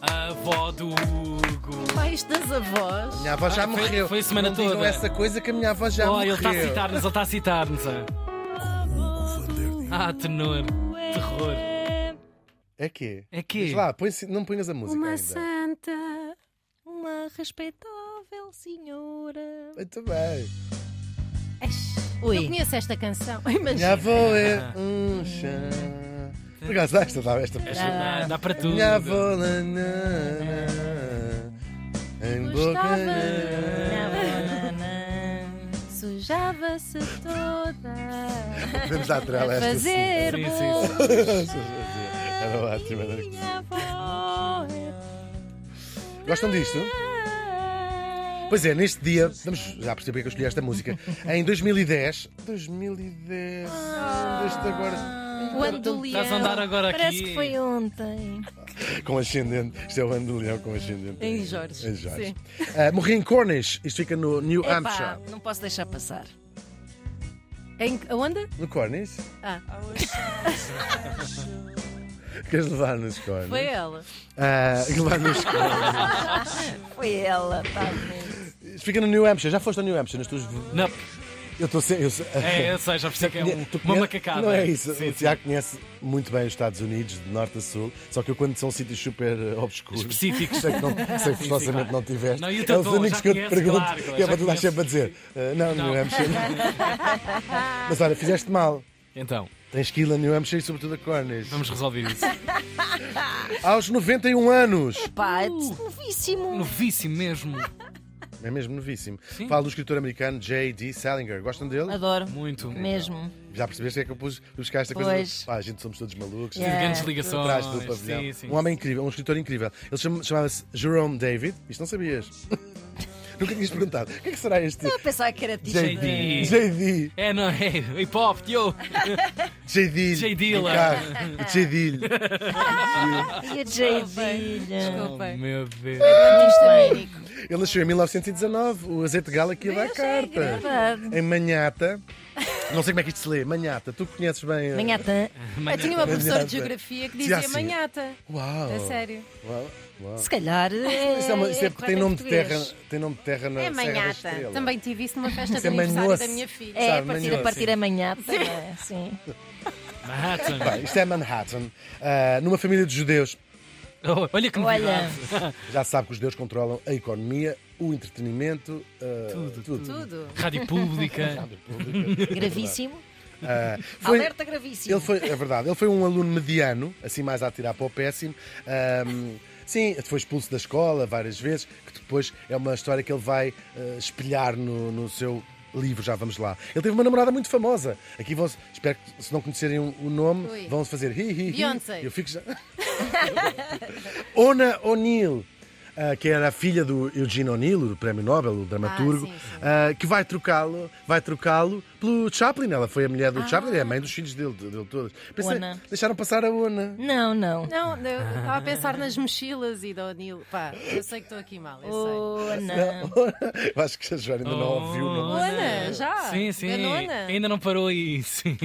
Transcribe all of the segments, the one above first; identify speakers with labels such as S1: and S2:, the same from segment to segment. S1: avó do Hugo.
S2: Pais das avós.
S3: Minha avó já
S1: Ah, foi-
S3: morreu.
S1: foi a semana
S3: não digam
S1: toda.
S3: essa coisa que a minha avó já
S1: oh, ele
S3: morreu.
S1: está a citar-nos, ele está a citar-nos. ah. Ah, tenor. Terror.
S3: É quê?
S1: É quê?
S3: Diz lá, põe, não ponhas a música
S2: Uma
S3: ainda.
S2: santa, uma respeitável senhora.
S3: Muito bem.
S2: Eu conheço esta canção.
S3: Minha
S2: Imagina.
S3: avó é um chá. Por acaso dá esta, dá esta.
S1: Esta dá, dá para tudo.
S3: Minha avó na, na- na- em boca
S2: Gostava.
S3: na-
S2: Sujava-se toda.
S3: Podemos dar trela
S2: a
S3: esta sim.
S2: fazer
S1: sim. Sim, sim,
S2: bolos.
S3: Era é ótima. né?
S2: Minha avó
S3: Gostam disto?
S2: é-
S3: Pois é, neste dia, vamos já perceber porque é que eu escolhi esta música. Em 2010. 2010.
S2: Ah.
S3: Deste agora.
S2: O ano do leão.
S1: Estás a andar agora aqui.
S4: Parece que foi ontem.
S3: Com ascendente. Isto é o ano do leão com ascendente.
S2: Em Jorge,
S3: Em Jorge.
S2: sim.
S3: Ah, morri em Cornish. Isto fica no New
S4: Epá,
S3: Hampshire.
S4: não posso deixar passar.
S2: Em, aonde?
S3: No Cornish?
S2: Ah,
S3: Queres levar nos Cornish?
S2: foi ela.
S3: Ah, levar nos Cornish.
S4: Foi ela, tá bem.
S3: Isto fica no New Hampshire. Já foste ao New Hampshire? Nas tuas...
S1: Não,
S3: Eu estou sem. Eu... sei-
S1: é, eu sei, já percebi que é um-
S3: Tu
S1: uma
S3: conhe-
S1: macacada.
S3: Não é isso.
S1: Sim,
S3: o Tiago conhece muito bem os Estados Unidos, de norte a sul, só que eu quando são sítios super eh, obscuros.
S1: Específicos.
S3: Sei que, não, sei que forçosamente
S1: claro.
S3: não tiveste.
S1: Não, e o
S3: é
S1: teu
S3: os
S1: tom,
S3: únicos
S1: já
S3: que eu te
S1: conheces,
S3: pergunto.
S1: claro, claro,
S3: que
S1: já
S3: é para tu dar
S1: conheces.
S3: sempre a dizer. eh, não,
S1: Não.
S3: New Hampshire. Mas olha, fizeste mal.
S1: Então,
S3: Tens que ir a New Hampshire e sobretudo a Cornish.
S1: vamos resolver isso.
S3: Aos 91 anos.
S4: Pá, é
S2: Uh!
S4: novíssimo.
S1: Novíssimo mesmo.
S3: É mesmo novíssimo. Fala do escritor americano J.D. Salinger. Gostam dele?
S4: Adoro.
S1: Muito.
S4: Mesmo.
S3: Já percebeste que é que eu pus fui buscar esta coisa?
S4: Pois.
S3: Pá, a gente somos todos malucos.
S4: Yeah.
S1: Grandes ligações.
S3: atrás do pavilhão.
S1: Sim, sim.
S3: Um homem incrível, um escritor incrível. Ele chama- chamava-se Jerome David. Isto não sabias? Nunca tinhas perguntado. O que é que será este
S4: Eu pensava que era tipo.
S3: JD?
S1: JD.
S3: JD.
S1: É, não, é hip hop, tio.
S3: JD.
S1: JD lá.
S3: Ricardo, JD.
S4: E a Jadilha.
S2: Desculpem.
S1: Oh, Meu Deus.
S3: Ele nasceu em 1919. O azeite de gala aqui dá carta. Em Manhata. Não sei como é que isto se lê. Manhata. Tu conheces bem. eh,
S4: Manhattan.
S2: Eu tinha uma professora de
S3: Manhata.
S2: geografia que
S3: Dizia
S2: dizia
S3: assim.
S2: manhata.
S3: Uau.
S2: É sério.
S3: Uau. Uau.
S4: Se calhar. É,
S3: Isso é uma- isso é- tem
S4: correto em
S3: nome de terra.
S4: português.
S3: Tem nome de terra na
S2: É
S3: Serra da
S2: manhata.
S3: Estrela.
S2: Também tive isso numa festa
S3: Isso
S2: de
S3: é
S2: aniversário
S3: manhoce.
S2: da minha filha.
S4: É, a
S3: Sabe,
S4: partir,
S3: manhosa.
S4: a partir da manhã. Sim.
S1: Manhattan.
S3: Bem, isto é Manhattan. Ah, numa família de judeus.
S1: Oh, Olha
S3: É
S1: que
S4: Olha.
S1: novidade.
S3: Já se sabe que os deuses controlam a economia, o entretenimento, ah, tudo.
S2: Tudo.
S1: Rádio Pública.
S4: Gravíssimo.
S3: Ah, foi-
S4: Alerta gravíssimo.
S3: ele foi, é verdade, ele foi um aluno mediano, assim mais a tirar para o péssimo. Ahm, sim, foi expulso da escola várias vezes, que depois é uma história que ele vai ah, espelhar no, no seu livro, já vamos lá. Ele teve uma namorada muito famosa. Aqui vão espero que se não conhecerem o nome,
S2: Ui.
S3: vão-se fazer hi hi hi.
S2: Beyoncé.
S3: Eu fico já. Ona O'Neill, ah, que era a filha do Eugene O'Neill, do Prémio Nobel, o dramaturgo,
S2: sim, sim.
S3: ah, que vai trocá-lo, vai trocá-lo pelo Chaplin. Ela foi a mulher do Chaplin,
S2: Ah.
S3: é a mãe dos filhos dele, dele todos. Pensei,
S4: Ona.
S3: deixaram passar a Ona.
S4: Não, não.
S2: Não, eu estava a pensar nas mochilas e do O'Neill. Pá, eu sei que estou aqui mal, eu sei.
S4: Oh, não.
S3: Eu acho que a Joana ainda não ouviu. Não.
S2: Oh,
S3: é?
S2: Nona, já?
S1: Sim, sim.
S2: Da nona?
S1: Ainda não parou aí. Sim.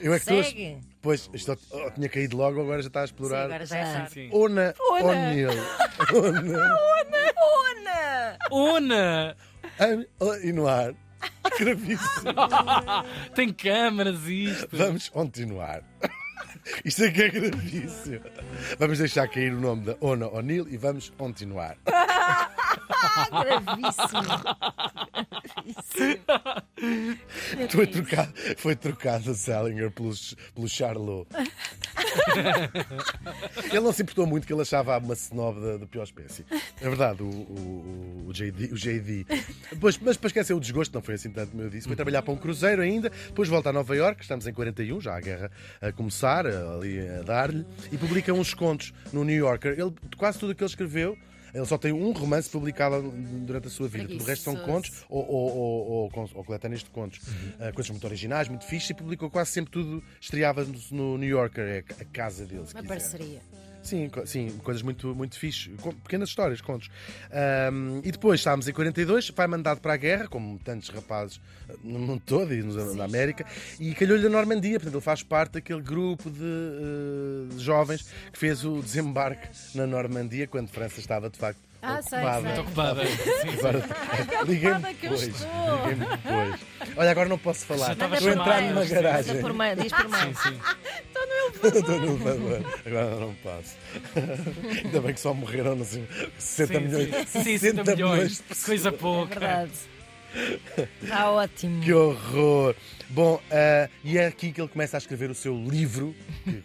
S3: Eu é que estou-
S4: Segue.
S3: Pois, isto, oh, tinha caído logo, agora já está a
S2: Sim,
S3: explorar.
S2: agora já é tarde.
S1: sim.
S3: Ona
S2: Ona.
S3: O'Neill. Ona.
S4: Ona!
S1: Ona!
S3: Am- oh, E no ar. Gravíssimo.
S1: Tem câmaras e isto.
S3: Vamos continuar. Isto é que é gravíssimo. Vamos deixar cair o nome da Ona O'Neill e vamos continuar.
S4: Ah, Gravíssimo.
S3: Foi trocado, foi trocado a Salinger pelo, Ch- pelo Charlot. ele não se importou muito que ele achava uma snob da, da pior espécie. É verdade, o, o- o JD. O JD. Pois, mas para esquecer o desgosto, não foi assim tanto como eu disse. Foi trabalhar para um cruzeiro ainda, depois volta a Nova Iorque, estamos em 41, já a guerra a começar, a- ali a dar-lhe, e publica uns contos no New Yorker. Ele, quase tudo o que ele escreveu. Ele só tem um romance publicado durante a sua vida. Tudo o resto são
S2: Preguiçoso.
S3: contos ou, ou, ou, ou, con- ou coletâneas de contos. Ah, coisas muito originais, muito fixe, e publicou quase sempre tudo, estreava no, no New Yorker, é a ca- a casa dele. se
S2: Uma
S3: quiser.
S2: parceria.
S3: Sim, co- sim, coisas muito, muito fixe, com- pequenas histórias, contos. Ahm, e depois estávamos em 42, vai mandado para a guerra, como tantos rapazes ah, no mundo todo e nos- na América, e calhou-lhe a Normandia, portanto ele faz parte daquele grupo de, eh, de jovens que fez o desembarque na Normandia quando França estava de facto
S2: Ah, sei,
S3: ocupada.
S2: sei.
S1: Ocupada. Sim, sim.
S3: Agora, liguem-me
S2: que eu
S3: depois,
S2: estou.
S3: liguem-me depois. Olha, agora não posso falar. tá
S1: Já estava
S3: Vou entrar
S1: chamada.
S3: numa
S1: Sim, sim.
S3: garagem.
S4: Por mãe, diz por mãe.
S1: Sim, sim.
S3: Estou no elevador. Agora não passo. Ainda bem que só morreram não sei, 60
S1: Sim,
S3: milhões.
S1: sim. 60 milhões.
S3: de pessoas.
S1: Coisa
S4: É
S1: pouca.
S4: verdade. Está ótimo.
S3: Que horror! Bom, ah, e é aqui que ele começa a escrever o seu livro,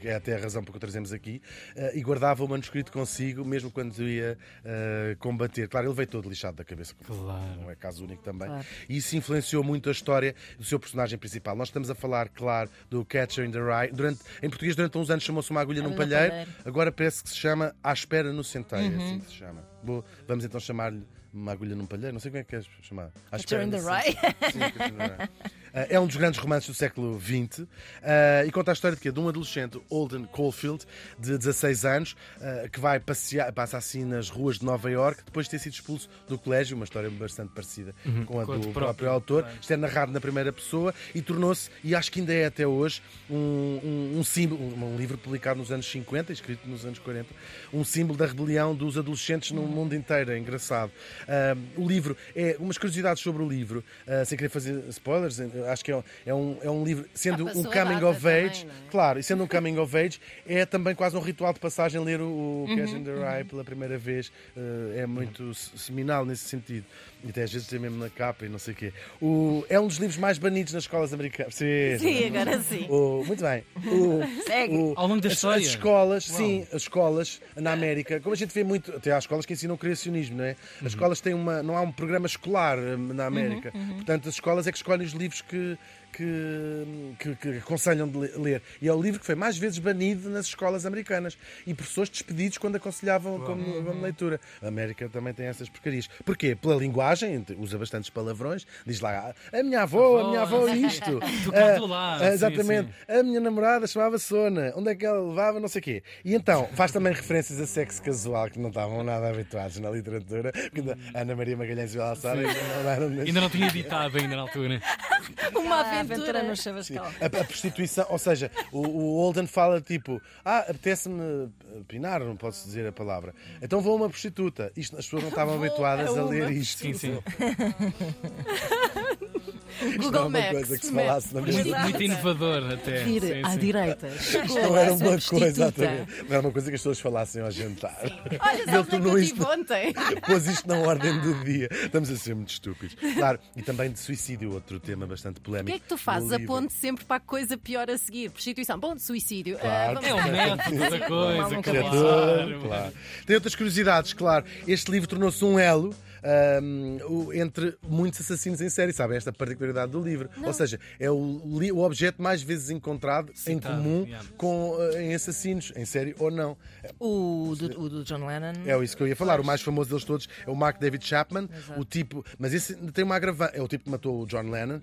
S3: que é até a razão por que o trazemos aqui, ah, e guardava o manuscrito consigo, mesmo quando ia ah, combater. Claro, ele veio todo lixado da cabeça. como
S1: Claro.
S3: Não é caso único também.
S4: Claro.
S3: E isso influenciou muito a história do seu personagem principal. Nós estamos a falar, claro, do Catcher in the Rye. Durante, em português, durante uns anos chamou-se uma agulha num
S4: Agulha no
S3: palheiro.
S4: palheiro.
S3: Agora parece que se chama À Espera no Centeio, é
S4: Uhum.
S3: assim que se chama. Boa, vamos então chamar-lhe uma agulha num palheiro. Não sei como é que queres chamar. À Espera
S4: in
S3: no
S4: the
S3: Centeio.
S4: Rye.
S3: Sim, continuará. Ah, É um dos grandes romances do século XX ah, e conta a história de, quê? de um adolescente, Holden Caulfield, de 16 anos, ah, que vai passear, passa assim nas ruas de Nova Iorque depois de ter sido expulso do colégio, uma história bastante parecida com a
S1: Uhum. com a
S3: do
S1: do
S3: próprio,
S1: próprio
S3: autor. Isto é narrado na primeira pessoa e tornou-se, e acho que ainda é até hoje, um, um- um símbolo, um livro publicado nos anos 50, escrito nos anos 40, um símbolo da rebelião dos adolescentes no mundo inteiro. É engraçado. Ah, o livro é umas curiosidades sobre o livro, ah, sem querer fazer spoilers, eh, acho que é um, é um, é um livro, sendo
S2: Ah,
S3: um
S2: passou a
S3: coming
S2: data
S3: of age,
S2: também, não é?
S3: claro, e sendo um coming of age, é também quase um ritual de passagem ler o, o Catch in the Rye pela primeira vez, eh, é muito se- seminal nesse sentido. E até às vezes tem mesmo na capa e não sei o quê. O, é um dos livros mais banidos nas escolas americanas. Sim,
S2: Sim, agora sim.
S3: o- muito bem. O-
S4: Segue.
S3: o-
S1: Ao longo da
S3: as-
S1: história.
S3: As escolas, sim, as escolas na América, como a gente vê muito, até há escolas que ensinam criacionismo, não é? As
S1: Uhum.
S3: escolas têm uma. Não há um programa escolar hum, na América.
S1: uhum.
S3: Portanto, as escolas é que escolhem os livros que. Que, que, que aconselham de le- ler. E é o livro que foi mais vezes banido nas escolas americanas. E professores despedidos quando aconselhavam como,
S1: Uhum.
S3: como leitura. A América também tem essas porcarias. Porquê? Pela linguagem, usa bastantes palavrões, diz lá, a minha avó, a minha avó isto.
S1: Do
S3: Ah,
S1: canto lá,
S3: ah,
S1: sim,
S3: Exatamente.
S1: sim.
S3: A minha namorada chamava Sona. Onde é que ela levava? Não sei o quê. E então, faz também referências a sexo casual que não estavam nada habituados na literatura. Porque ainda a Ana Maria Magalhães e o Alçada ainda não andaram nesse-
S1: Ainda não tinha editado ainda na altura.
S4: Uma
S2: Ah, aventura
S4: aventura no
S3: Sim.
S4: Chavascal.
S3: A, a prostituição, ou seja, o, o Holden fala tipo: Ah, apetece-me eh, pinar, não posso dizer a palavra. Então vou a uma prostituta. Isto, as pessoas não estavam habituadas a ler isto.
S1: Sim, sim.
S3: Isto não é
S2: Google
S3: uma
S2: Maps,
S3: coisa que se falasse na minha
S1: Muito, muito inovador até.
S4: Vir
S1: Sim,
S4: à
S1: sim.
S4: direita. Chegou
S3: Não era
S4: a sua
S3: uma coisa,
S4: prostituta.
S3: exatamente. Não era uma coisa que as pessoas falassem ao jantar.
S2: Olha, sabes
S3: Ele
S2: onde é que
S3: tornou
S2: eu
S3: isto-
S2: estive ontem?
S3: Pôs isto na ordem do dia. Estamos a ser muito estúpidos. Claro, e também de suicídio, outro tema bastante
S2: O que
S3: polémico.
S2: é que tu fazes?
S3: no livro.
S2: Aponte sempre para a coisa pior a seguir. Prostituição. Bom, suicídio.
S3: Claro. um
S2: Ah,
S1: É o
S2: vamos-
S1: método da coisa,
S4: nunca
S1: claro.
S4: pensei.
S3: Criador, claro. Tem outras curiosidades, claro. Este livro tornou-se um elo hum, o- entre muitos assassinos em série, sabe? Esta particularidade do livro. Ou seja, é o, li- o objeto mais vezes encontrado
S1: Citado,
S3: em comum
S1: yeah.
S3: com, eh, em assassinos, em série ou não.
S4: O do, o do John Lennon.
S3: É isso que eu ia falar. O mais famoso deles todos é o Mark David Chapman, o tipo. Mas esse tem uma agravante. É o tipo que matou o John Lennon.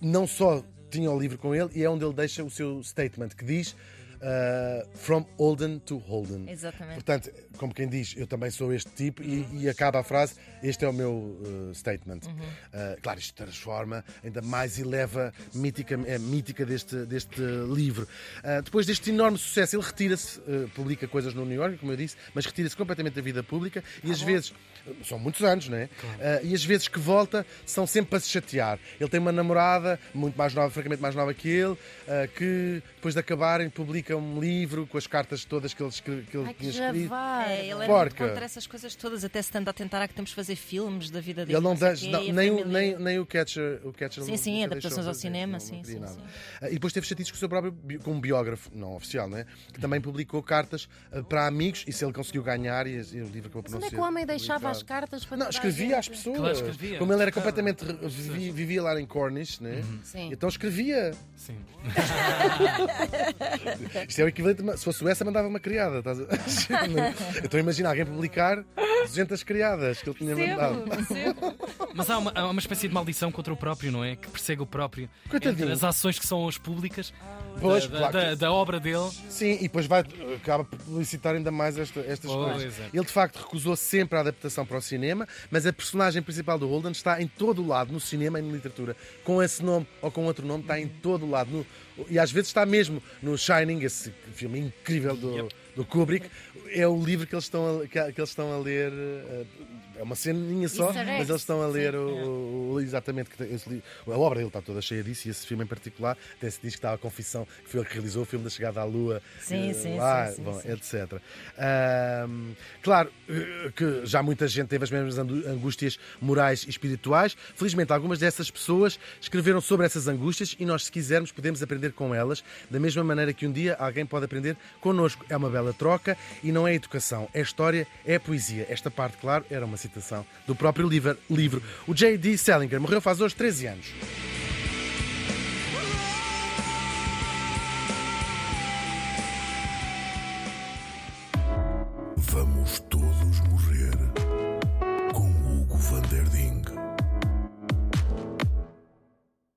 S3: Não só tinha o livro com ele, e é onde ele deixa o seu statement que diz. ah, from Holden to Holden.
S4: Exatamente.
S3: Portanto, como quem diz, eu também sou este tipo, e, e acaba a frase: este é o meu ah, statement. Ah, claro, isto transforma, ainda mais eleva mítica, a mítica deste, deste livro. Ah, depois deste enorme sucesso, ele retira-se, ah, publica coisas no New York, como eu disse, mas retira-se completamente da vida pública e às vezes. São muitos anos, não é? Ah, e as vezes que volta são sempre para se chatear. Ele tem uma namorada, muito mais nova, francamente mais nova que ele, ah, que depois de acabarem publica um livro com as cartas todas que ele, escre- que ele
S2: Ai, que
S3: tinha escrito.
S2: javar.
S4: É, ele era
S3: Porca.
S4: muito contra essas coisas todas, até se anda a tentar, há que temos que fazer filmes da vida dele.
S3: Ele não
S4: sei
S3: deixa,
S4: quê,
S3: não,
S4: e a
S3: nem, o-
S4: família.
S3: nem, nem o Catcher. O catcher
S4: Sim,
S3: não-
S4: sim,
S3: nunca
S4: adaptações
S3: deixou
S4: ao
S3: fazer,
S4: cinema,
S3: não- não
S4: sim,
S3: queria
S4: sim,
S3: nada.
S4: sim.
S3: Ah, E depois teve chatices com o seu próprio bi- com um biógrafo, não oficial, não é? Que também publicou cartas ah, para amigos e se ele conseguiu ganhar, e, e o livro acabou
S2: Mas
S3: por não
S2: onde é que
S3: ser
S2: o homem deixava
S3: publicado.
S2: as cartas para
S3: Não,
S2: toda a
S3: escrevia
S2: gente?
S3: às pessoas.
S1: Claro, escrevia. Ah,
S3: Como ele era
S1: Claro.
S3: completamente. re- Vivia, vivia lá em Cornish, né?
S1: Uhum.
S2: Sim.
S3: Então escrevia.
S1: Sim.
S3: Isto é o equivalente. a uma- Se fosse Suécia, mandava uma criada. Estás a... então imagina alguém publicar 200 criadas que ele tinha mandado.
S2: Percebo, percebo.
S1: Mas há uma, há uma espécie de maldição contra o próprio, não é? Que persegue o próprio.
S3: Coitadinho.
S1: Entre as ações que são as públicas
S3: Pois,
S1: da,
S3: claro.
S1: da- da obra dele.
S3: Sim, e depois vai, acaba por publicitar ainda mais esta- estas
S1: Pois
S3: coisas.
S1: é.
S3: Ele de facto recusou sempre a adaptação para o cinema, mas a personagem principal do Holden está em todo o lado, no cinema e na literatura. Com esse nome ou com outro nome, está em todo o lado. No- e às vezes está mesmo no Shining, esse filme incrível do, do Kubrick. É o livro que eles estão a, que, que eles estão a ler. eh, É uma ceninha só,
S2: Easter eggs.
S3: mas eles estão a ler o, o- o- exatamente que tem esse li- a obra dele está toda cheia disso e esse filme em particular até se diz que está a confissão que foi ele que realizou o filme da chegada à Lua
S4: Sim,
S3: eh,
S4: sim,
S3: lá,
S4: sim, sim,
S3: bom,
S4: sim.
S3: etc. Ahm, claro eh, que já muita gente teve as mesmas andu- angústias morais e espirituais. Felizmente, algumas dessas pessoas escreveram sobre essas angústias e nós, se quisermos, podemos aprender com elas, da mesma maneira que um dia alguém pode aprender connosco. É uma bela troca e não é educação, é história, é poesia. Esta parte, claro, era uma citação do próprio livro. livro. O J.D. Salinger morreu faz hoje 13 anos.